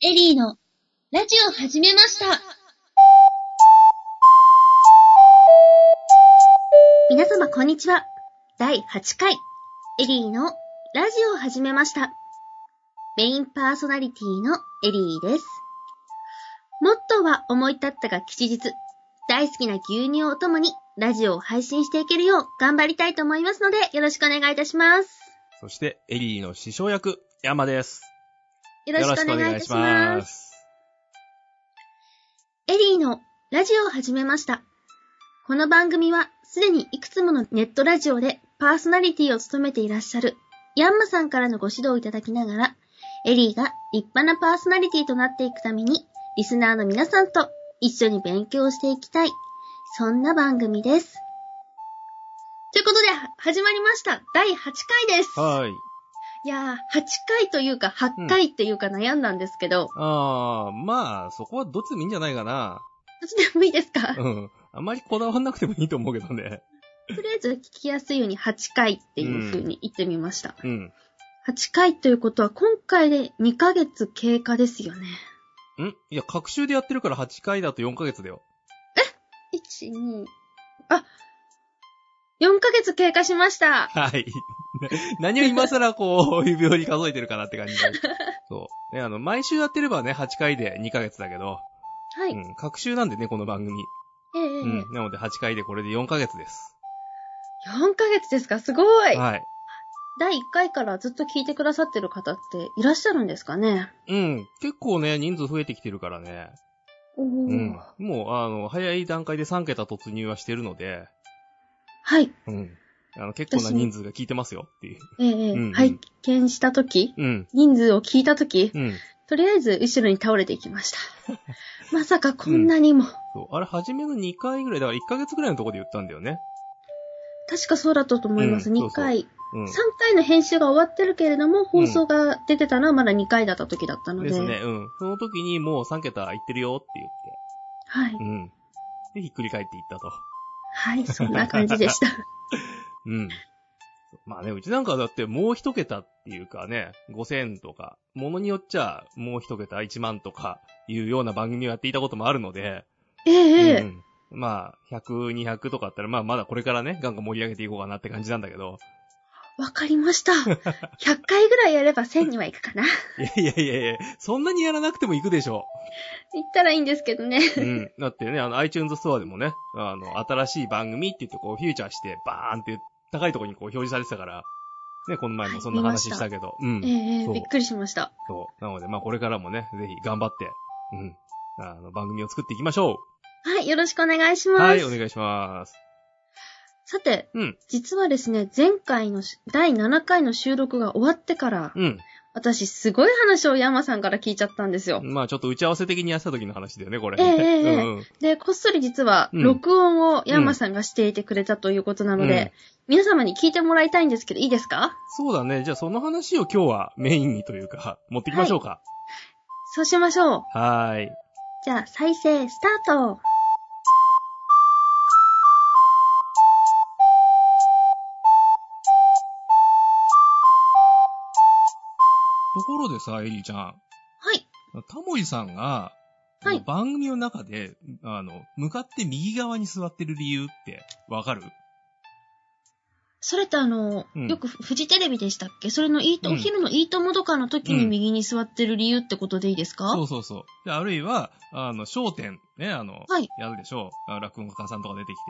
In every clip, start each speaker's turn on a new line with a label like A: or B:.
A: エリーのラジオ始めました。皆様こんにちは。第8回、エリーのラジオ始めました。メインパーソナリティのエリーです。モットーは思い立ったが吉日、大好きな牛乳をともにラジオを配信していけるよう頑張りたいと思いますのでよろしくお願いいたします。
B: そして、エリーの師匠役、ヤマです。
A: よろしくお願いいたします。
B: す。
A: エリーのラジオを始めました。この番組はすでにいくつものネットラジオでパーソナリティを務めていらっしゃるヤンマさんからのご指導をいただきながら、エリーが立派なパーソナリティとなっていくために、リスナーの皆さんと一緒に勉強していきたい、そんな番組です。ということで、は始まりました。第8回です。
B: はい。
A: いやー、8回というか8回というか悩んだんですけど、
B: あー、まあ、そこはどっちでもいいんじゃないかな。
A: ちょっとでもいいですか
B: うん。あんまりこだわんなくてもいいと思うけどね。
A: とりあえず聞きやすいように8回っていう風に言ってみました。
B: うん。
A: 8回ということは今回で2ヶ月経過ですよね。
B: んいや、各週でやってるから8回だと4ヶ月だよ。
A: 1、2、あ、4ヶ月経過しました。
B: はい。 何を今更こう、指折り数えてるかなって感じ だけどそう。ね、あの、毎週やってればね、8回で2ヶ月だけど、
A: はい。
B: う
A: え
B: ん。各週なんでね、この番組。
A: えええ
B: うん。なので8回でこれで4ヶ月です。
A: 4ヶ月ですかすごい。
B: はい。
A: 第1回からずっと聞いてくださってる方っていらっしゃるんですかね
B: うん。結構ね、人数増えてきてるからね。
A: おー
B: うん。もう、あの、早い段階で3桁突入はしてるので、
A: はい。
B: うん。あの、結構な人数が聞いてますよっていう。
A: ええええ
B: うんうん
A: 拝見したとき、
B: うん。
A: 人数を聞いたとき、
B: うん。
A: とりあえず後ろに倒れていきま した。まさかこんなにも。
B: そう。あれ、初めの2回ぐらい、だから1ヶ月ぐらいのところで言ったんだよね。
A: 確かそうだったと思います。
B: うん
A: 2回。
B: うん。
A: 3回の編集が終わってるけれども、放送が出てたのはまだ2回だった時だったので。
B: ですね。うん。その時にもう3桁いってるよって言
A: はい。
B: って。うん。で、ひっくり返っていったと。
A: はい、そんな感じで した。
B: うん。まあね、うちなんかだってもう1桁っていうかね、5000とか、ものによっちゃもう1桁1万とかいうような番組をやっていたこともあるので、
A: ええええ
B: うん。まあ、100、200とかあったら、まあまだこれからね、ガンガン盛り上げていこうかなって感じなんだけど。
A: わかりました。100回ぐらいやれば1000にはいく かな。
B: いやいやいやいや、そんなにやらなくても行くでし ょ
A: 言ったらいいんですけどね。
B: う。うん。だってね、あの、iTunes ストアでもね、あの、新しい番組って言ってこう、フューチャーして、バーンって高いところにこう表示されてたから、ね、この前もそんな
A: はい見まし
B: 話
A: た
B: したけど。う
A: え
B: ん。
A: えええ
B: そう
A: びっくりしました。
B: そう。なので、まあこれからもね、ぜひ頑張って、うん。あの、番組を作っていきましょ
A: はい、よろしくお願いし
B: う。
A: ます。
B: はい、お願いします。
A: さて、
B: うん
A: 実はですね、前回のし第7回の収録が終わってから、
B: うん。
A: 私すごい話を山さんから聞いちゃったんですよ。
B: まあちょっと打ち合わせ的にやってた時の話だよね、これ。
A: ええええええ
B: うんうん。
A: で、こっそり実は、
B: うん
A: 録音をヤンマさんがしていてくれたということなので、皆様に聞いてもらいたいんですけど、いいですか
B: そうだね。じゃあその話を今日はメインにというか、 持ってきましょうか。
A: そうしましょう。
B: はーい。
A: じゃあ、再生スタート
B: ところでさ、エリーちゃん。
A: はい。
B: タモリさんが、
A: はい
B: 番組の中で、あの、向かって右側に座ってる理由って、わかる
A: それってあの、
B: うん
A: よくフフジテレビでしたっけそれのいいと、
B: うん
A: お昼のいいともとかの時に
B: うん
A: 右に座ってる理由ってことでいいですか、
B: そうそうそう。であるいは、あの、商店、ね、あの、
A: はい
B: やるでしょう。あ落語家さんとか出てきて。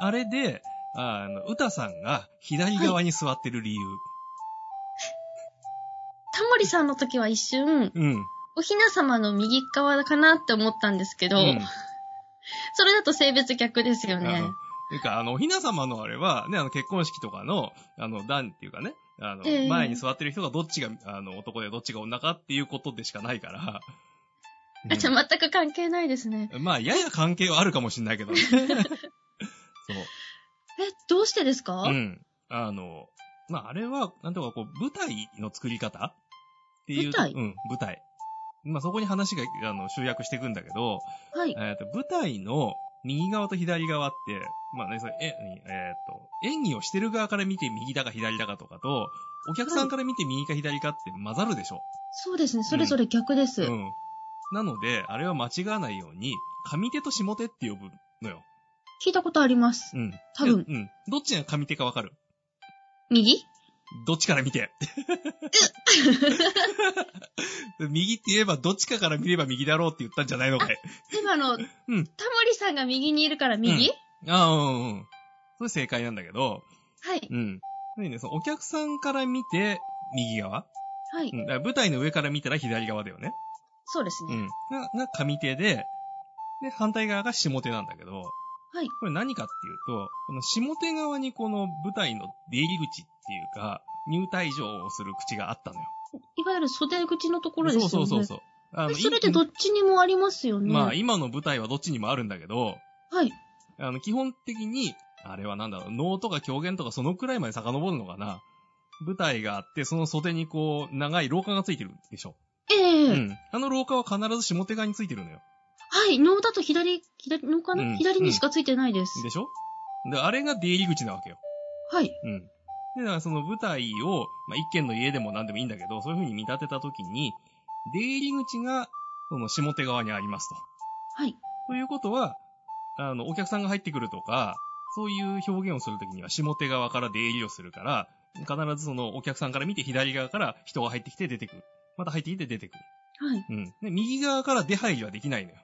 B: あれで、あの、歌さんが左側に座ってる理由。
A: タモリさんの時は一瞬、
B: うん。
A: おひな様の右側かなって思ったんですけど、
B: うん
A: それだと性別逆ですよ
B: あ
A: ね
B: の。てか、あの、おひな様のあれは、ね、あの、結婚式とかの、あの、段っていうかね、あの、
A: ええ
B: 前に座ってる人がどっちが、あの、男でどっちが女かっていうことでしかないから。
A: あ、じゃあ全く関係ないですね。
B: うんまあ、やや関係はあるかもしんな いけどね。そう。
A: え、どうしてですか、
B: うん。あの、まあ、あれは、なんとかこう、舞台の作り方っていう。
A: 舞台
B: うん、舞台。まあ、そこに話が、あの、集約していくんだけど、
A: はい。
B: えっ、と、舞台の右側と左側って、まあね、それ、え、えっ、と、演技をしてる側から見て右だか左だかとかと、お客さんから見て右か左かって混ざるでしょ。
A: そうですね、それぞれ逆です。
B: うん。なので、あれは間違わないように、上手と下手って呼ぶのよ。
A: 聞いたことあります。
B: うん。
A: 多分
B: でうん。どっちが上手かわかる
A: 右
B: どっちから 見て。右って言えば、どっちかから見れば右だろうって言ったんじゃないのかい。
A: 今の、タモ
B: うん
A: リさんが右にいるから右、
B: ああ、うんうん。それ正解なんだけど、
A: はい。
B: うん。なのでね、そのお客さんから見て、右側。
A: はい。
B: うん。だから舞台の上から見たら左側だよね。
A: そうです
B: う
A: ね。
B: ん。が、が上手で、で、反対側が下手なんだけど、
A: はい。
B: これ何かっていうと、この下手側にこの舞台の出入り口っていうか、入退場をする口があったのよ。
A: いわゆる袖口のところですよね。
B: そうそうそうそう。あ
A: えそれってど
B: っ
A: っちにもありますよね。
B: まあ、今の舞台はどっちにもあるんだけど、
A: はい。
B: あの、基本的に、あれはなんだろう、能とか狂言とかそのくらいまで遡るのかな。舞台があって、その袖にこう、長い廊下がついてるでしょ。
A: ええ
B: うん。あの廊下は必ず下手側についてるのよ。
A: はい。能だと左、左、能かな、
B: うん
A: 左にしかついてないです。
B: でしょで、あれが出入り口なわけよ。
A: はい。
B: うん。で、だからその舞台を、まあ、一軒の家でも何でもいいんだけど、そういう風に見立てた時に、出入り口が、その下手側にありますと。
A: はい。
B: ということは、あの、お客さんが入ってくるとか、そういう表現をするときには下手側から出入りをするから、必ずそのお客さんから見て左側から人が入ってきて出てくる。また入ってきて出てくる。
A: はい。
B: うん。で、右側から出入りはできないのよ。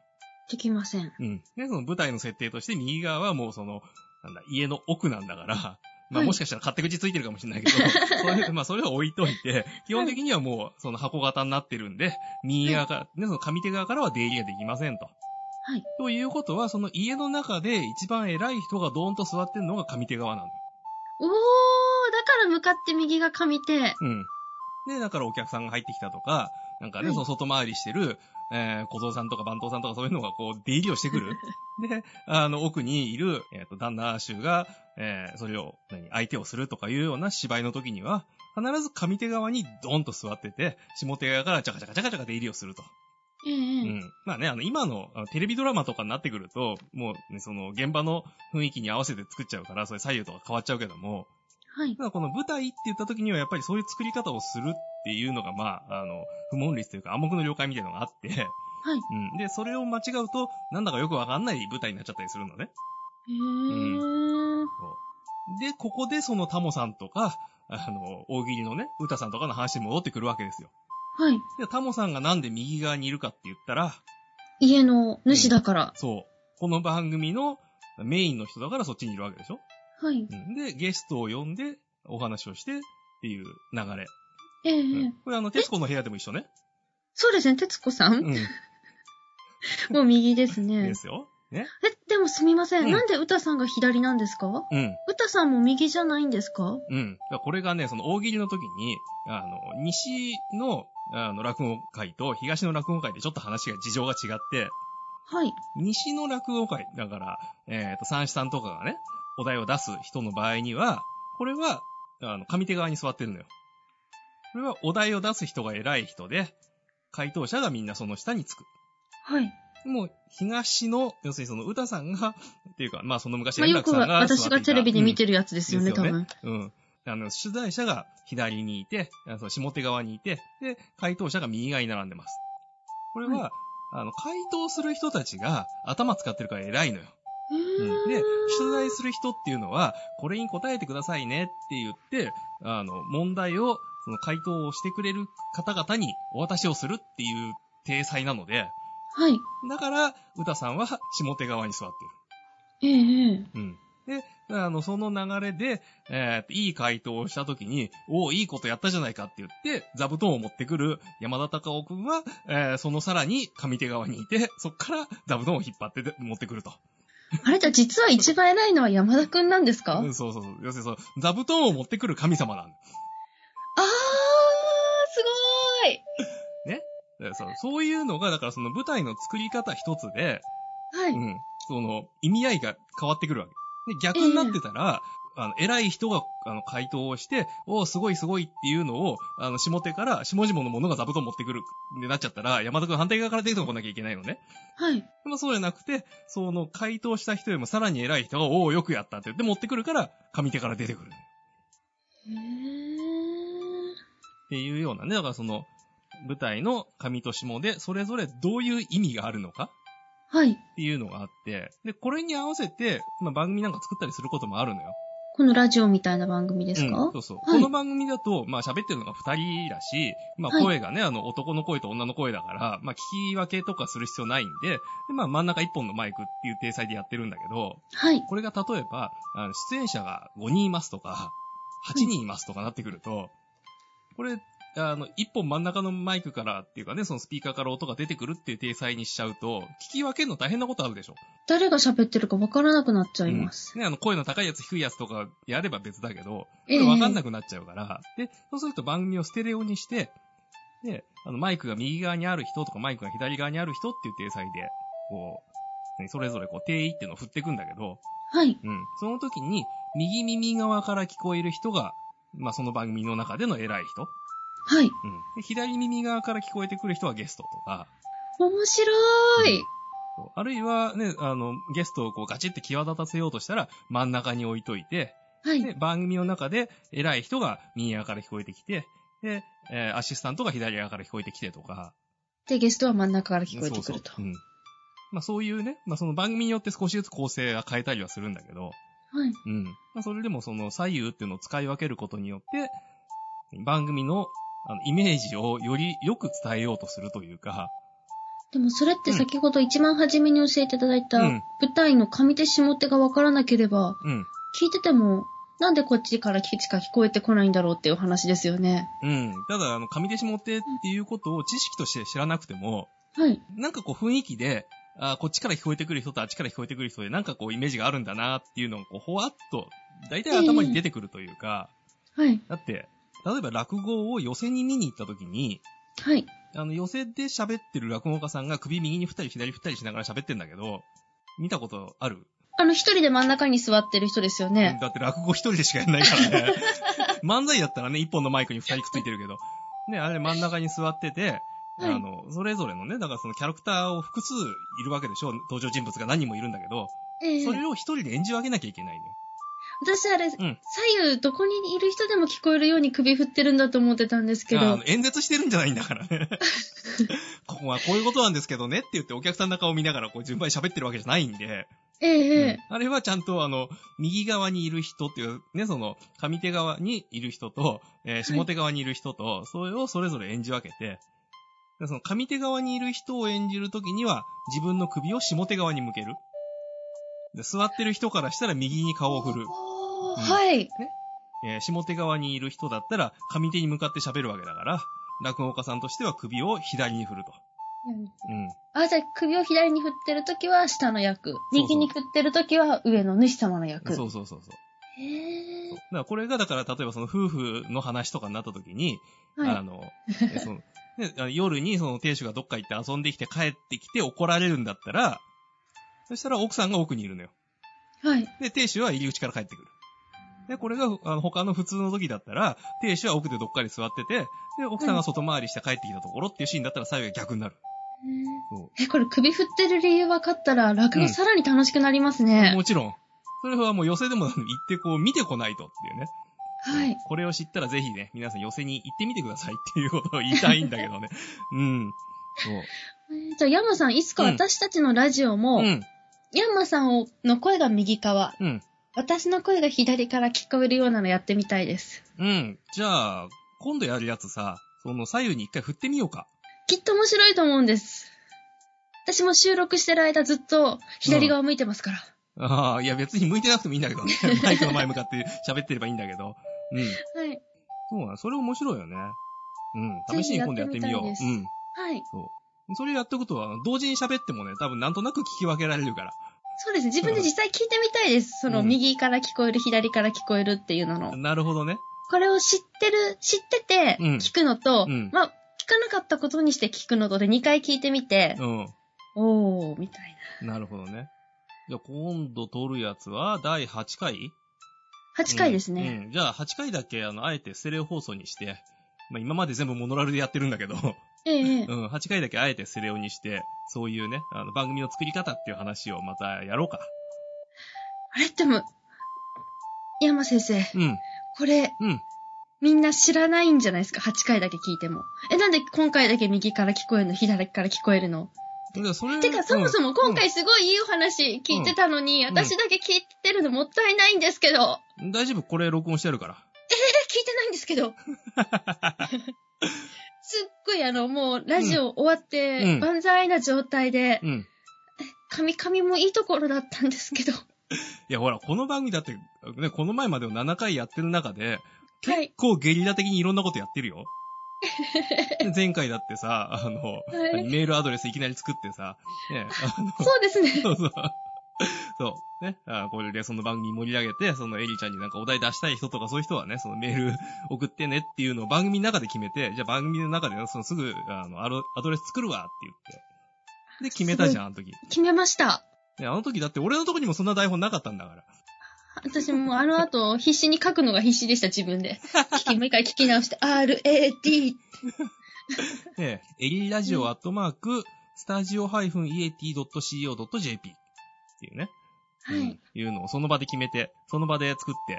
A: できません。
B: うん。で、その舞台の設定として右側はもうその、なんだ、家の奥なんだから、ま
A: は
B: あ
A: い
B: もしかしたら勝手口ついてるかもしれな いけど、それまあそれは置いといて、基本的にはもうその箱型になってるんで、右側から、ね、その上手側からは出入りができませんと。
A: はい。
B: ということは、その家の中で一番偉い人がドーンと座ってるのが上手側な
A: お
B: の。
A: ー、だから向かって右が上手。
B: うん。で、だからお客さんが入ってきたとか、なんかね、
A: はい
B: その外回りしてる、えー、小僧さんとか番頭さんとかそういうのがこう出入りをしてく る。で、あの、奥にいる、えっ、と、旦那衆が、えー、それを、何、相手をするとかいうような芝居の時には、必ず上手側にドンと座ってて、下手側からチャカチャカチャカチャカ出入りをすると。
A: ええ
B: う
A: ええ
B: ん。まあね、あの、今のあのテレビドラマとかになってくると、もう、ね、その、現場の雰囲気に合わせて作っちゃうから、それ左右とか変わっちゃうけども、
A: はい。
B: ただこの舞台って言った時にはやっぱりそういう作り方をするっていうのが、まあ、あの、不問率というか暗黙の了解みたいなのがあって、
A: はい。
B: うん。で、それを間違うと、なんだかよくわかんない舞台になっちゃったりするの
A: へ
B: ね。
A: えー。
B: で、ここでそのタモさんとか、あの、大喜利のね、歌さんとかの話に戻ってくるわけですよ。
A: はい。
B: で、タモさんがなんで右側にいるかって言ったら、
A: 家の主だから。
B: そう、この番組のメインの人だからそっちにいるわけでしょ
A: はい。
B: うん。で、ゲストを呼んで、お話をして、っていう流れ。
A: えええ
B: う
A: え
B: ん、これあの、徹子の部屋でも一緒ね。
A: そうですね、徹子さん。
B: うん。
A: もう右ですね
B: で。すよ。ね。
A: え、でもすみません。
B: うん
A: なんで歌さんが左なんですか
B: うん。
A: 歌さんも右じゃないんですか
B: うん。だからこれがね、その大喜利の時に、あの、西の、あの、落語会と東の落語会でちょっと話が、事情が違って、
A: はい。
B: 西の落語会、だから、えっ、と、三子さんとかがね、お題を出す人の場合には、これは、あの、上手側に座ってるのよ。これはお題を出す人が偉い人で、回答者がみんなその下につく。
A: はい。
B: もう、東の、要するにその、歌さんが、っていうか、まあ、その昔、
A: まあ、
B: 円
A: よ
B: 楽
A: く
B: さんが座っていた、
A: 私がテレビで見
B: る
A: てるやつですよね、
B: うん
A: 多分。
B: うん。あの、取材者が左にいて、あその下手側にいて、で、回答者が右側に並んでます。これは、
A: は
B: あの、回答する人たちが頭使ってるから偉いのよ。
A: へ
B: う
A: ー
B: ん、で、出題する人っていうのは、これに答えてくださいねって言って、あの、問題を、その回答をしてくれる方々にお渡しをするっていう体裁なので、
A: はい。
B: だから、歌さんは下手側に座ってる。
A: ええええ
B: うん。で、あの、その流れで、えーいい回答をしたときに、おお、いいことやったじゃないかって言って、座布団を持ってくる山田隆夫くんは、えーそのさらに上手側にいて、そっから座布団を引っ張って持ってくると。
A: あれじゃあ実は一番偉いのは山田くんなんですか、
B: う
A: あー
B: ん、そうそうそう。要するにそう、座布団を持ってくる神様なん
A: すごーい
B: だ。そうそういうのが、だからその舞台の作り方一つで、
A: はい。
B: うん、その意味合いが変わってくるわけ。で、逆になってたら、あの、偉い人が、あの、回答をして、おーすごいすごいっていうのを、あの、下手から、下々の者が座布団持ってくる、でなっちゃったら、山田くん反対側から出てこなきゃいけないのね。
A: はい。
B: まあ、そうじゃなくて、その、回答した人よりもさらに偉い人が、おおよくやったって言って持ってくるから、上手から出てくる。
A: へー
B: っていうようなね、だからその、舞台の上と下で、それぞれどういう意味があるのか
A: はい。
B: っていうのがあって、で、これに合わせて、まあ、番組なんか作ったりすることもあるのよ。
A: このラジオみたいな番組ですか、
B: うん、そうそう。
A: はい
B: この番組だと、まあ喋ってるのが二人だし、まあ
A: はい
B: 声がね、あの男の声と女の声だから、まあ聞き分けとかする必要ないんで、でまあ真ん中一本のマイクっていう体裁でやってるんだけど、
A: はい。
B: これが例えば、あの出演者が5人いますとか、8人いますとかなってくると、これ、あの、一本真ん中のマイクからっていうかね、そのスピーカーから音が出てくるっていう体裁にしちゃうと、聞き分けるの大変なことあるでしょ。
A: 誰が喋ってるかわからなくなっちゃいます。
B: ね、あの、声の高いやつ低いやつとかやれば別だけど、
A: ええ
B: わかんなくなっちゃうから、で、そうすると番組をステレオにして、で、あの、マイクが右側にある人とか、マイクが左側にある人っていう体裁で、こう、ねそれぞれこう、定位っていうのを振っていくんだけど、
A: はい。
B: うん。その時に、右耳側から聞こえる人が、まあ、その番組の中での偉い人。
A: はい。
B: うん。で左耳側から聞こえてくる人はゲストとか、
A: 面白い。
B: そうあるいはね、あの、ゲストをこうガチって際立たせようとしたら、真ん中に置いといて、
A: はい。
B: で、番組の中で偉い人が右側から聞こえてきて、で、えーアシスタントが左側から聞こえてきてとか。
A: で、ゲストは真ん中から聞こえてくると。
B: そうそううん。まあそういうね、まあその番組によって少しずつ構成は変えたりはするんだけど、
A: はい。
B: うん。まあそれでもその左右っていうのを使い分けることによって、番組のあのイメージをよりよく伝えようとするというか、
A: でもそれって先ほど一番初めに教えていただいた、
B: うん
A: 舞台の上手下手がわからなければ、
B: うん。
A: 聞いてても、なんでこっちから聞きしか聞こえてこないんだろうっていう話ですよね。
B: うん。ただ、あの、上手下手っていうことを知識として知らなくても、
A: はい。
B: なんかこう雰囲気で、あーこっちから聞こえてくる人とあっちから聞こえてくる人で、なんかこうイメージがあるんだなっていうのをこう、ほわっと、大体頭に出てくるというか、
A: はい。
B: だって、例えば落語を寄席に見に行った時に、
A: はい。
B: あの、寄席で喋ってる落語家さんが首右に振ったり左振ったりしながら喋ってんだけど、見たことある、
A: あの、一人で真ん中に座ってる人ですよね。
B: だって落語一人でしかやんないからね。漫才だったらね、一本のマイクに二人くっついてるけど。ね、あれ真ん中に座ってて、
A: はい
B: あの、それぞれのね、だからそのキャラクターを複数いるわけでしょ登場人物が何人もいるんだけど、
A: ええ
B: それを一人で演じ分けなきゃいけないのよ。
A: 私あれ、
B: ん
A: 左右どこにいる人でも聞こえるように首振ってるんだと思ってたんですけ
B: ああ
A: ど
B: の、演説してるんじゃないんだか らね。ここはこういうことなんですけどねって言ってお客さんの顔を見ながらこう順番に喋ってるわけじゃないんで。
A: ええええ
B: うんあれはちゃんとあの、右側にいる人っていう、ね、その、上手側にいる人と、えー下手側にいる人と、それをそれぞれ演じ分けて、でその上手側にいる人を演じるときには、自分の首を下手側に向ける。で座ってる人からしたら右に顔を振る。
A: おー
B: うん
A: はい。
B: えー下手側にいる人だったら、上手に向かって喋るわけだから、落語家さんとしては首を左に振ると。うん。
A: あ、じゃあ首を左に振ってるときは下の役。右に振ってるときは上の主様の役。
B: そうそうそうそう。
A: へえ
B: だからこれが、だから、例えばその夫婦の話とかになった時に、あ
A: はい。
B: の、えそのねあの夜にその亭主がどっか行って遊んできて帰ってきて怒られるんだったら、そしたら奥さんが奥にいるのよ。
A: はい。
B: で、亭主は入り口から帰ってくる。で、これがあの他の普通の時だったら、亭主は奥でどっかに座ってて、で、奥さんが外回りして帰ってきたところっていうシーンだったら左右が逆になる。そ
A: え、これ首振ってる理由分かったら落
B: う
A: 語
B: ん
A: さらに楽しくなりますね。
B: もちろん。それはもう寄席でも行ってこう見てこないとっていうね。
A: はい。
B: これを知ったらぜひね、皆さん寄席に行ってみてくださいっていうことを言いたいんだけどね。 うん。そ
A: えーじゃあ山さん、いつか
B: うん
A: 私たちのラジオ
B: う。
A: も、
B: うん。
A: ヤンマさんをの声が右側、
B: うん。
A: 私の声が左から聞こえるようなのやってみたいです。
B: うん。じゃあ、今度やるやつさ、その左右に一回振ってみようか。
A: きっと面白いと思うんです。私も収録してる間ずっと左側向いてますから。
B: ああ、いや別に向いてなくてもいいんだけどね。 マイクの前向かって喋ってればいいんだけど。うん。
A: はい。
B: そうなの。それ面白いよね。うん。
A: ぜ
B: 試し
A: ひ
B: に
A: やっ
B: 今度
A: て
B: やって
A: み
B: み
A: たい
B: よう。
A: です
B: うん。
A: はい。
B: そう。それやってくと、あの同時に喋ってもね、多分なんとなく聞き分けられるから。
A: そうですね。自分で実際聞いてみたいです。その
B: うん
A: 右から聞こえる、左から聞こえるっていうのの。
B: なるほどね。
A: これを知ってる、知ってて
B: うん
A: 聞くのと、
B: うん
A: まあ、聞かなかったことにして聞くのとで2回聞いてみて、
B: う
A: おー、みたい
B: ん。なるほどね。じゃあ今度撮るやつは第8回
A: な。8回ですね。
B: うん。うんじゃあ8回だけ、あの、あえてステレオ放送にして、まあ今まで全部モノラルでやってるんだけど。
A: ええええ
B: うん、8回だけあえてステレオにして、そういうね、あの、番組の作り方っていう話をまたやろうか。
A: あれでも、山先生、
B: うん、
A: これ、
B: うん。
A: みんな知らないんじゃないですか ?8 回だけ聞いても。え、なんで今回だけ右から聞こえるの左から聞こえるの
B: だからそれ
A: てか、そもそも今
B: うん
A: 回すごいいいお話聞いてたのに、
B: ん
A: 私だけ聞いてるのもったいないんですけど。え、聞
B: うん大丈夫、これ録音してあるから。
A: いてないんですけ ど。すっごいあの、もうラジオ終わって、
B: うん
A: 万歳な状態で、
B: うん。
A: カミカミもいいところだったんですけど。
B: いや、ほら、この番組だって、ね、この前までを7回やってる中で、
A: はい。
B: こうゲリラ的にいろんなことやって るよ。前回だってさ、あの、
A: はい
B: メールアドレスいきなり作ってさ、ね、あの、
A: そうですね。
B: そうそう。そう。ね。あこれでその番組盛り上げて、そのエリちゃんになんかお題出したい人とかそういう人はね、そのメール送ってねっていうのを番組の中で決めて、じゃあ番組の中でね、そのすぐ、あの、アドアドレス作るわって言って。で、決めたじゃん、あの時。
A: 決めました。
B: ね、あの時だって俺のとこにもそんな台本なかったんだから。
A: 私もうあの後、必死に書くのが必死でした、自分で。聞き、もう一回聞き 直して、RAD。
B: ねエリラジオアットマーク、スタジオ -eat.co.jp っていうね。
A: は
B: う
A: い
B: ん。いうのをその場で決めて、その場で作って、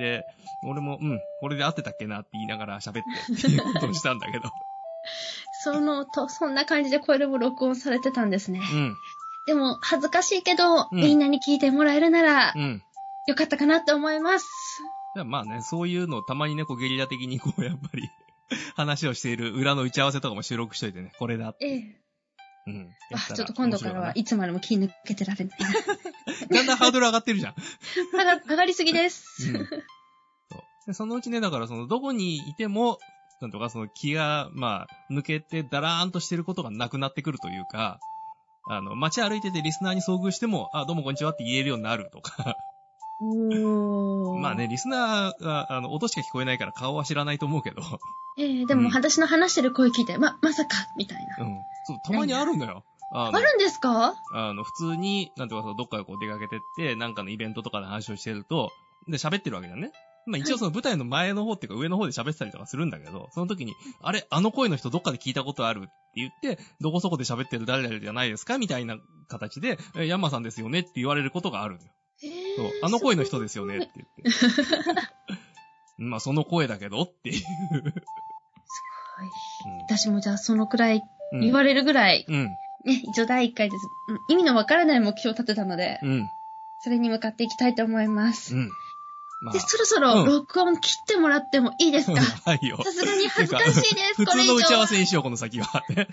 B: で、俺も、うん、これで合ってたっけなって言いながら喋ってっていうことをしたんだけ ど。
A: そのと、そんな感じでこれも録音されてたんですね。
B: うん、
A: でも、恥ずかしいけど、
B: うん
A: みんなに聞いてもらえるなら
B: う、ん。
A: よかったかなって思います。
B: じゃあまあね、そういうのをたまにね、こうゲリラ的にこう、やっぱり、 話をしている裏の打ち合わせとかも収録しといてね、これだって。
A: ええ。
B: うん。や
A: あ、
B: たら
A: ちょっと今度からはいつまでも気抜けてられない。
B: 面白いかなだんだんハードル上がってるじゃん。
A: 上が上がりすぎです。
B: うん。そうでそのうちね、だからその、どこにいても、なんとかその気が、まあ、抜けて、だらーんとしてることがなくなってくるというか、あの、街歩いててリスナーに遭遇しても、あ、どうもこんにちはって言えるようになるとか。
A: おー
B: まあ。ね、リスナーが、あの、音しか聞こえないから顔は知らないと思うけど。
A: ええ、でも、
B: うん
A: 私の話してる声聞いて、ま、まさか、みたいな。
B: うん。そう、たまにあるのよ。あ
A: あ
B: の、
A: るんですか
B: あの、普通に、なんていうか、そのどっかこう出かけてって、なんかのイベントとかの話をしてると、で、喋ってるわけだね。まあ一応その舞台の前の方っていうか上の方で喋ってたりとかするんだけど、その時に、あれ、あの声の人どっかで聞いたことあるって言って、どこそこで喋ってる誰々じゃないですかみたいな形で、えヤンマさんですよねって言われることがあるのよ。
A: ええ
B: そう、あの声の人ですよねって言って。 まあその声だけどっていう。
A: はい私もじゃあそのくらい、
B: うん
A: 言われるぐらい、
B: うん。
A: ね、一応第1回です。うん意味のわからない目標を立てたので、
B: うん。
A: それに向かっていきたいと思います。
B: うん。まあ
A: で、。そろそうろ
B: ん
A: 録音切ってもらってもいいですかさ
B: はいよ。
A: すがに恥ずかしいです、
B: 普
A: これ
B: 通
A: 以
B: の打ち
A: 上
B: 合
A: は。
B: わせにしよう、この先は。ね
A: はい。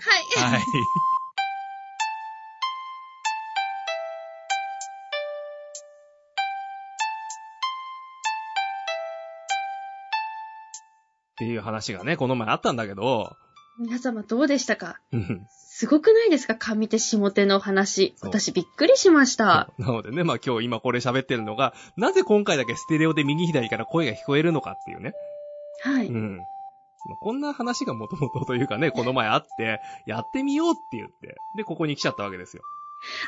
B: はい。っていう話がね、この前あったんだけど、
A: 皆様どうでしたか
B: うん
A: すごくないですか上手下手のお話。
B: そう
A: 私びっくりしました。
B: なのでね、まあ今日今これ喋ってるのが、なぜ今回だけステレオで右左から声が聞こえるのかっていうね。。
A: はいう
B: ん。まあこんな話がもともとというかね、この前あって、やってみようって言って、で、ここに来ちゃったわけですよ。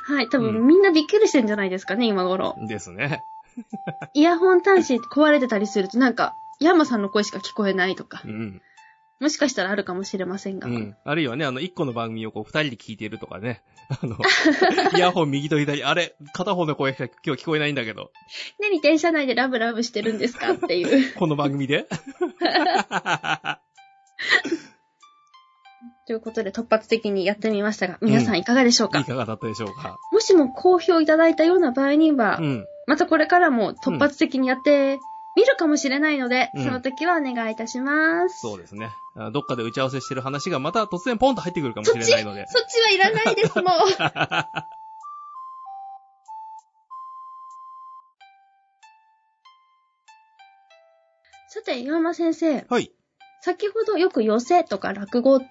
A: はい。多
B: うん
A: 分みんなびっくりしてんじゃないですかね、今頃。
B: ですね。
A: イヤホン端子壊れてたりするとなんか、ヤンマさんの声しか聞こえないとか
B: う、ん。
A: もしかしたらあるかもしれませんが。
B: うん。あるいはね、あの、一個の番組をこう、二人で聞いてるとかね。 あの、イヤホン右と左、あれ、片方の声しか今日聞こえないんだけど、
A: 何電車内でラブラブしてるんです かっていう。
B: この番組で
A: ということで突発的にやってみましたが、皆さんいかがでしょうか、
B: いかがだったでしょうか
A: もしも好評いただいたような場合には、
B: うん。
A: またこれからも突発的にやってみるかもしれないので、
B: うん
A: その時はお願いいたします。
B: そうですね。あどっかで打ち合わせしてる話がまた突然ポンと入ってくるかもしれないので。
A: そっちはいらないです、もう。 さて、岩間先生、
B: はい。
A: 先ほどよく寄せとか落語って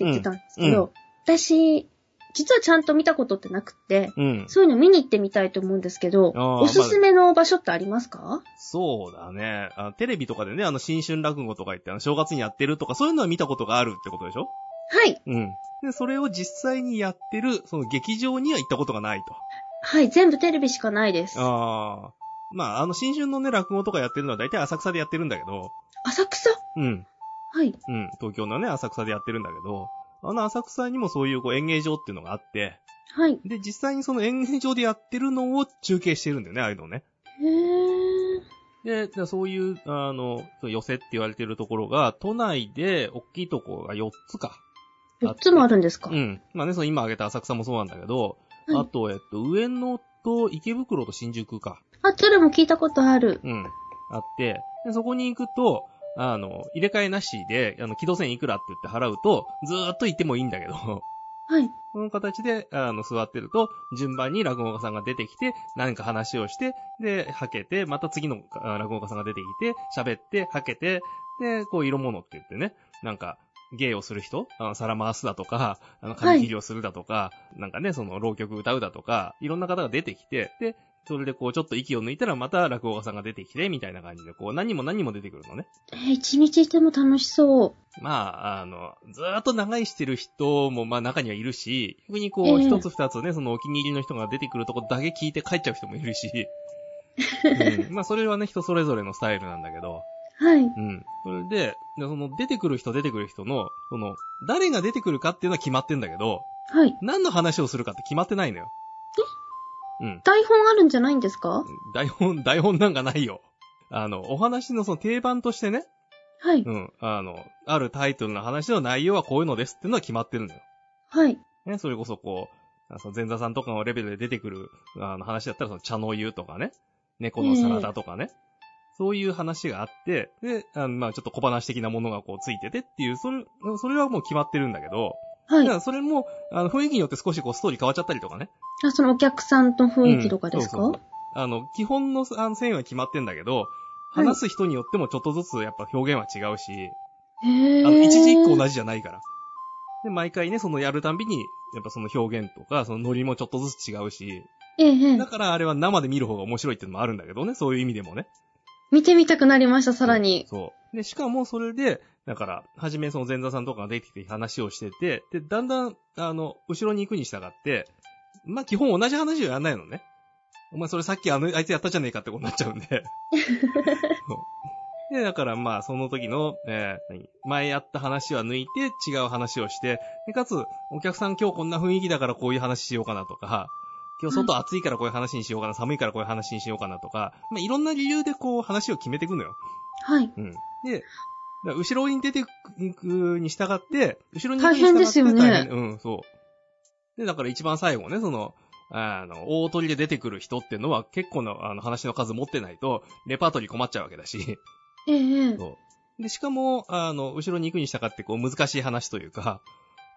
A: 言ってたんですけど、私、実はちゃんと見たことってなくて、
B: うん。
A: そういうの見に行ってみたいと思うんですけど、
B: あー
A: おすすめの場所ってありますか、
B: そうだね。あテレビとかでね、あの、新春落語とか言って、あの、正月にやってるとか、そういうのは見たことがあるってことでしょ
A: はい。
B: うん。で、それを実際にやってる、その劇場には行ったことがないと。
A: はい、全部テレビしかないです。
B: ああ。まあ、あの、新春のね、落語とかやってるのは大体浅草でやってるんだけど、
A: 浅草
B: うん、
A: はい。
B: うん、東京のね、浅草でやってるんだけど、あの浅草にもそういうこう演芸場っていうのがあって、
A: はい。
B: で、実際にその演芸場でやってるのを中継してるんだよね、ああいうのをね。
A: へー。
B: で、でそういう、あの、寄せって言われてるところが、都内で大きいとこが4つか。
A: 4つもあるんですか、
B: うん。まあね、その今挙げた浅草もそうなんだけど、
A: はい
B: あと、えっと、上野と池袋と新宿か。
A: あ、どれも聞いたことある。
B: うん。あって、でそこに行くと、あの、入れ替えなしで、あの、軌道線いくらって言って払うと、ずーっと行ってもいいんだけど、
A: はい。
B: この形で、あの、座ってると、順番に落語家さんが出てきて、何か話をして、で、はけて、また次のあ落語家さんが出てきて、喋って、はけて、で、こう、色物って言ってね、なんか、芸をする人あの皿回すだとか、あの、髪切りをするだとか、なんかね、その、浪曲歌うだとか、いろんな方が出てきて、で、それでこう、ちょっと息を抜いたら、また落語家さんが出てきて、みたいな感じで、こう、何も何も出てくるのね。
A: えー一日いても楽しそう。
B: まあ、あの、ずーっと長いしてる人も、まあ中にはいるし、逆にこう、
A: ええ
B: 一つ二つね、そのお気に入りの人が出てくるとこだけ聞いて帰っちゃう人もいるし、うん、まあそれはね、人それぞれのスタイルなんだけど、
A: はい。
B: うん。それで、でその出てくる人出てくる人の、その、誰が出てくるかっていうのは決まってんだけど、
A: はい。
B: 何の話をするかって決まってないのよ。うん。
A: 台本あるんじゃないんですか
B: 台本、台本なんかないよ。あの、お話のその定番としてね、
A: はい。
B: うん。あの、あるタイトルの話の内容はこういうのですっていうのは決まってるのよ。
A: はい。
B: ね、それこそこう、あその前座さんとかのレベルで出てくるあの話だったら、その茶の湯とかね、猫のサラダとかね、そういう話があって、で、あのまあちょっと小話的なものがこうついててっていう、それ、それはもう決まってるんだけど、
A: は
B: だか
A: い。
B: らそれも、あの、雰囲気によって少しこうストーリー変わっちゃったりとかね。
A: あ、そのお客さんの雰囲気とかですか、
B: うんそうそうあの、基本のあの線は決まってんだけど、
A: い
B: 話す人によってもちょっとずつやっぱ表現は違うし、
A: へぇー。
B: あの、一時一個同じじゃないから。で、毎回ね、そのやるたんびに、やっぱその表現とか、そのノリもちょっとずつ違うし、
A: ええええ
B: だからあれは生で見る方が面白いっていうのもあるんだけどね、そういう意味でもね。
A: 見てみたくなりました、さらに。
B: そう。で、しかもそれで、だから、はじめその前座さんとかが出てきて話をしてて、で、だんだん、あの、後ろに行くに従って、まあ、基本同じ話をやんないのね。お前それさっきあの、あいつやったじゃねえかってことになっちゃうんで。そうで、だからまあ、その時の、えー何前やった話は抜いて違う話をして、で、かつ、お客さん今日こんな雰囲気だからこういう話しようかなとか、今日外暑いからこういう話にしようかな、寒いからこういう話にしようかなとか、まあ、いろんな理由でこう話を決めていくのよ。
A: はい。
B: うん。で、だから後ろに出ていくに従って、後ろに
A: 大変ですよね
B: 大変うん、そう。で、だから一番最後ね、その、あの、大鳥で出てくる人ってのは結構なあの話の数持ってないと、レパートリー困っちゃうわけだし。
A: ええええ
B: そう。で、しかも、あの、後ろに行くに従って、こう、難しい話というか、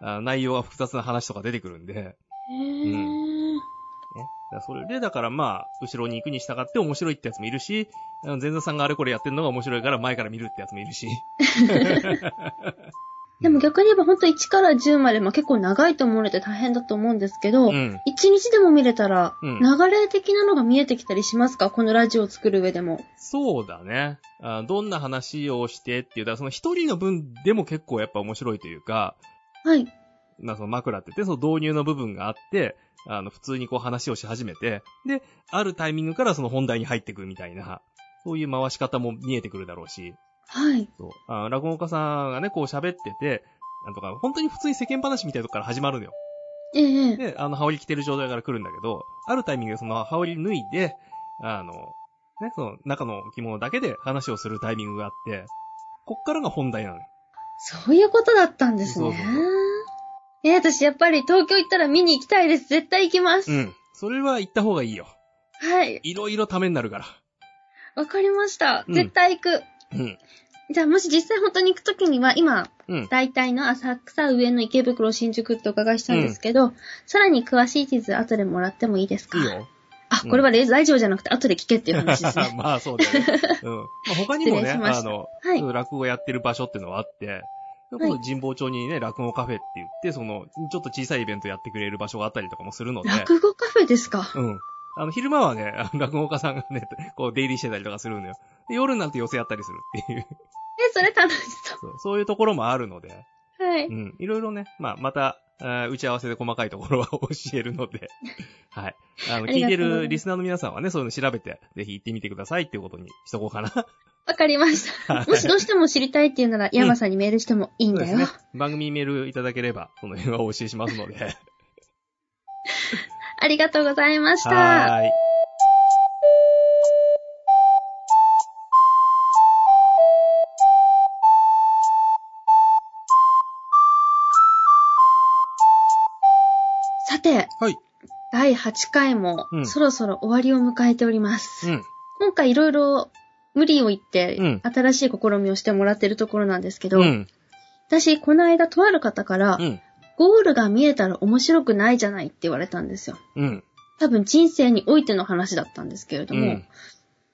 B: あ内容が複雑な話とか出てくるんで、ね。
A: へー
B: だからそれで、だからまあ、後ろに行くに従って面白いってやつもいるし、あの前座さんがあれこれやってるのが面白いから前から見るってやつもいるし。
A: でも逆に言えば本当1から10まで、まあ、結構長いと思われて大変だと思うんですけど、
B: うん。
A: 一1日でも見れたら、
B: うん
A: 流れ的なのが見えてきたりしますかこのラジオを作る上でも。
B: そうだね。あどんな話をしてっていう、だからその一人の分でも結構やっぱ面白いというか、
A: はい。
B: まあその枕って言って、その導入の部分があって、あの、普通にこう話をし始めて、で、あるタイミングからその本題に入ってくみたいな、そういう回し方も見えてくるだろうし、
A: はい。
B: そう。あ落語家さんがね、こう喋ってて、なんとか、本当に普通に世間話みたいなとこから始まるのよ。
A: ええええ
B: で、あの、羽織着てる状態から来るんだけど、あるタイミングでその羽織脱いで、あの、ね、その中の着物だけで話をするタイミングがあって、こっからが本題なのよ。
A: そういうことだったんですね。
B: そうそうそ
A: ええ私やっぱり東京行ったら見に行きたいです。絶対行きます。
B: ん。それは行った方がいいよ。
A: はい。
B: いろいろためになるから。
A: わかりました。
B: うん
A: 絶対行く。
B: うん。
A: じゃあもし実際本当に行くときには、今、
B: うん。
A: 大体の浅草、上野、池袋、新宿ってお伺いしたんですけど、さらに詳しい地図後でもらってもいいですか
B: いいよ。
A: あ、
B: うん
A: これはレラジオじゃなくて後で聞けっていう話ですね。
B: まあそうだよね。うん。まあ、他にも
A: 失礼
B: ね、
A: しま
B: あ
A: した
B: の、
A: はい。
B: 落語やってる場所っていうのはあって、それこそ神保町にね、落語カフェって言って、その、ちょっと小さいイベントやってくれる場所があったりとかもするので、
A: 落語カフェですか
B: うん。あの、昼間はね、あの落語家さんがね、 こう出入りしてたりとかするのよ。で夜になって寄せやったりするっていう。
A: え、それ楽しそ
B: そうそういうところもあるので、。
A: う。はいう
B: ん。いろいろね、まあ、また、あー打ち合わせで細かいところは教えるので、 はい。あの、
A: あり
B: 聞い
A: がとうございます
B: てるリスナーの皆さんはね、そういうの調べて、ぜひ行ってみてくださいっていうことにしとこう かな。
A: わかりました。
B: は い
A: もしどうしても知りたいっていうなら、ヤマさんにメールしてもいいん
B: そうで
A: だ
B: す
A: よ。
B: ね。番組にメールいただければ、その辺はお教えしますの で。
A: ありがとうございました。
B: はーい。
A: て、
B: はい
A: 第8回も
B: うん
A: そろそろ終わりを迎えております。
B: うん。
A: 今回いろいろ無理を言って、
B: うん
A: 新しい試みをしてもらってるところなんですけど、
B: うん。
A: 私、この間とある方から、
B: うん。
A: ゴールが見えたら面白くないじゃないって言われたんですよ。
B: うん。
A: 多分人生においての話だったんですけれど
B: う
A: も、
B: ん。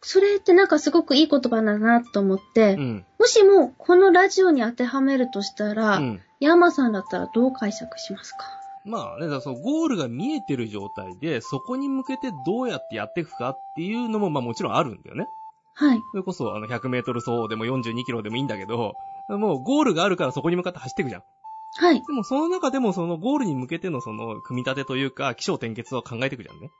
A: それってなんかすごくいい言葉だなと思って、
B: うん。
A: もしもこのラジオに当てはめるとしたら、
B: うん。
A: ヤンマさんだったらどう解釈しますか
B: まあね、だからそのゴールが見えてる状態で、そこに向けてどうやってやっていくかっていうのも、まあもちろんあるんだよね。
A: はい。
B: それこそ、あの、100メートル走でも42キロでもいいんだけど、もうゴールがあるからそこに向かって走っていくじゃん。
A: はい。
B: でもその中でもそのゴールに向けてのその組み立てというか、気象転結を考えていくじゃんね。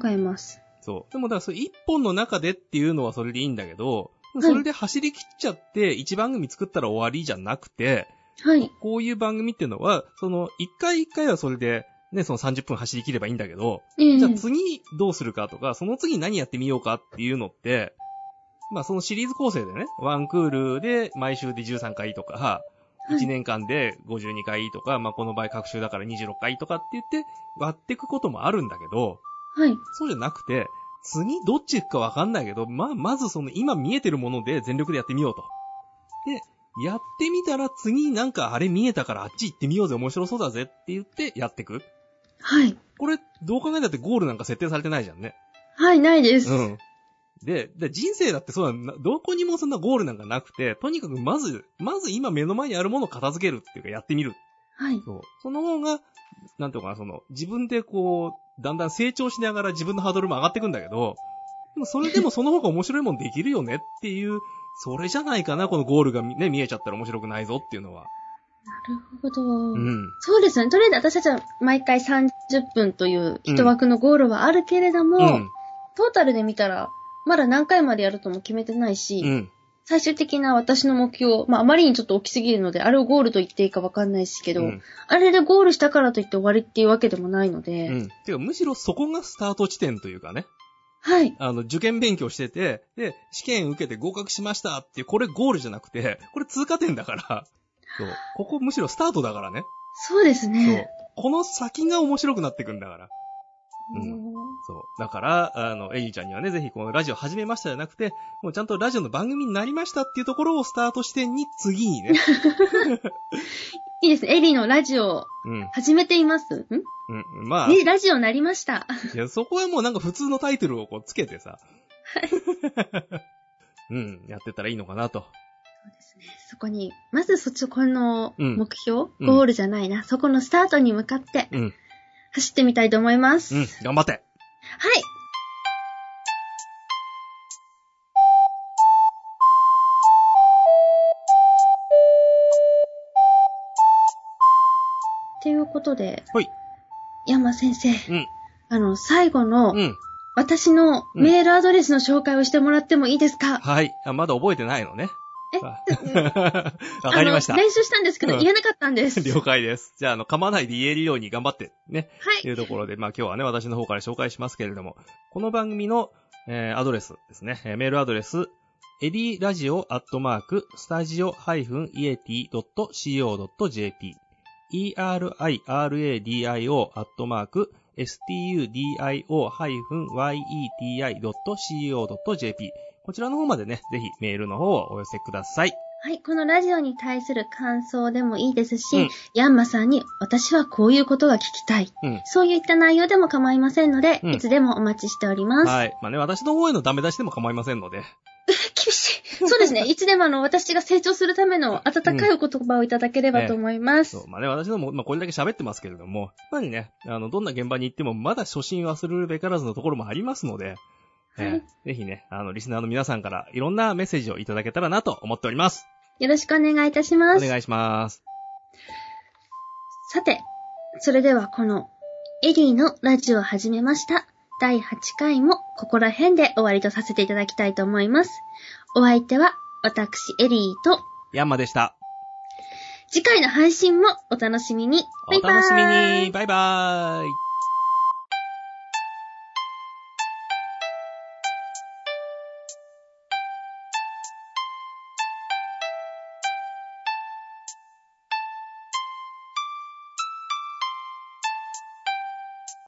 A: 考えます。
B: そう。でもだからそれ一本の中でっていうのはそれでいいんだけど、
A: い
B: それで走り切っちゃって、一番組作ったら終わりじゃなくて、
A: はい。
B: こういう番組っていうのは、その、一回一回はそれで、ね、その30分走り切ればいいんだけど、
A: ええ
B: じゃあ次どうするかとか、その次何やってみようかっていうのって、まあそのシリーズ構成でね、ワンクールで毎週で13回とか、
A: はい
B: 1年間で52回とか、まあこの場合各週だから26回とかって言って割っていくこともあるんだけど、
A: はい。
B: そうじゃなくて、次どっち行くかわかんないけど、まあまずその今見えてるもので全力でやってみようと。で、やってみたら次なんかあれ見えたからあっち行ってみようぜ、面白そうだぜって言ってやってく。
A: はい。
B: これ、どう考えたってゴールなんか設定されてないじゃんね。
A: はい、ないです。
B: うん。で、で人生だってそうなんだ、どこにもそんなゴールなんかなくて、とにかくまず、まず今目の前にあるものを片付けるっていうかやってみる。
A: はい。
B: そう。その方が、なんていうのかな、その、自分でこう、だんだん成長しながら自分のハードルも上がってくんだけど、でもそれでもその方が面白いもんできるよねっていう、それじゃないかな、このゴールがね、見えちゃったら面白くないぞっていうのは。
A: なるほど。
B: うん。
A: そうですね。とりあえず私たちは毎回30分という一枠のゴールはあるけれども、
B: うん。
A: トータルで見たら、まだ何回までやるとも決めてないし、
B: うん。
A: 最終的な私の目標、まあ、あまりにちょっと大きすぎるので、あれをゴールと言っていいかわかんないですけど、
B: うん。
A: あれでゴールしたからといって終わりっていうわけでもないので、
B: うん。てか、むしろそこがスタート地点というかね。
A: はい。
B: あの、受験勉強してて、で、試験受けて合格しましたっていう、これゴールじゃなくて、これ通過点だから。そう。ここむしろスタートだからね。
A: そうです
B: そう
A: ね。。
B: この先が面白くなってくんだから。そううん
A: もう
B: そう。だから、あの、エリーちゃんにはね、ぜひこのラジオ始めましたじゃなくて、もうちゃんとラジオの番組になりましたっていうところをスタート地点に次にね。
A: いいですね。エリーのラジオ、
B: うん。
A: 始めていますん
B: うん。まあ、
A: ね、ラジオになりました。
B: いや、そこはもうなんか普通のタイトルをこうつけてさ。うん。やってったらいいのかなと。
A: そこに、まずそっち、この
B: うん
A: 目標、
B: うん
A: ゴールじゃないな、そこのスタートに向かって
B: うん。
A: 走ってみたいと思います。
B: うん。頑張って。
A: はい。ということで、
B: はい。
A: 山先生、
B: うん。
A: あの、最後の、
B: うん。
A: 私のメールアドレスの紹介をしてもらってもいいですか、
B: はい。あまだ覚えてないのね。
A: え
B: あわかりました
A: あの、。練習したんですけど、
B: うん
A: 言えなかったんです。
B: 了解です。じゃあ、あの、噛まないで言えるように頑張って、ね。
A: はい
B: と。いうところで、まあ今日はね、私の方から紹介しますけれども、この番組の、えーアドレスですね、えーメールアドレス、エディラジオアットマーク、スタジオ -iet.co.jp、eriradio アットマーク、studio-yeti.co.jp、こちらの方までね、ぜひメールの方をお寄せください。
A: はい、このラジオに対する感想でもいいですし、
B: うん
A: ヤンマさんに私はこういうことが聞きたい。
B: うん。
A: そういった内容でも構いませんので、
B: うん
A: いつでもお待ちしております。
B: はい。まあね、私の方へのダメ出しでも構いませんので。
A: 厳しい。そう ですね。いつでもあの、私が成長するための温かいお言葉をいただければと思います。
B: そう、まあね、私のも、まあこれだけ喋ってますけれども、やっぱりね、あの、どんな現場に行っても、まだ初心忘れるべからずのところもありますので、え
A: はい
B: ーぜひね、あの、リスナーの皆さんからいろんなメッセージをいただけたらなと思っております。
A: よろしくお願いいたしま
B: お
A: す。
B: 願いします。
A: さて、それではこの、エリーのラジオを始めました。第8回もここら辺で終わりとさせていただきたいと思います。お相手は、私、エリーと、
B: ヤンマでした。
A: 次回の配信もお楽しみに。
B: お楽しみ
A: バイバーイ
B: にバイバーイ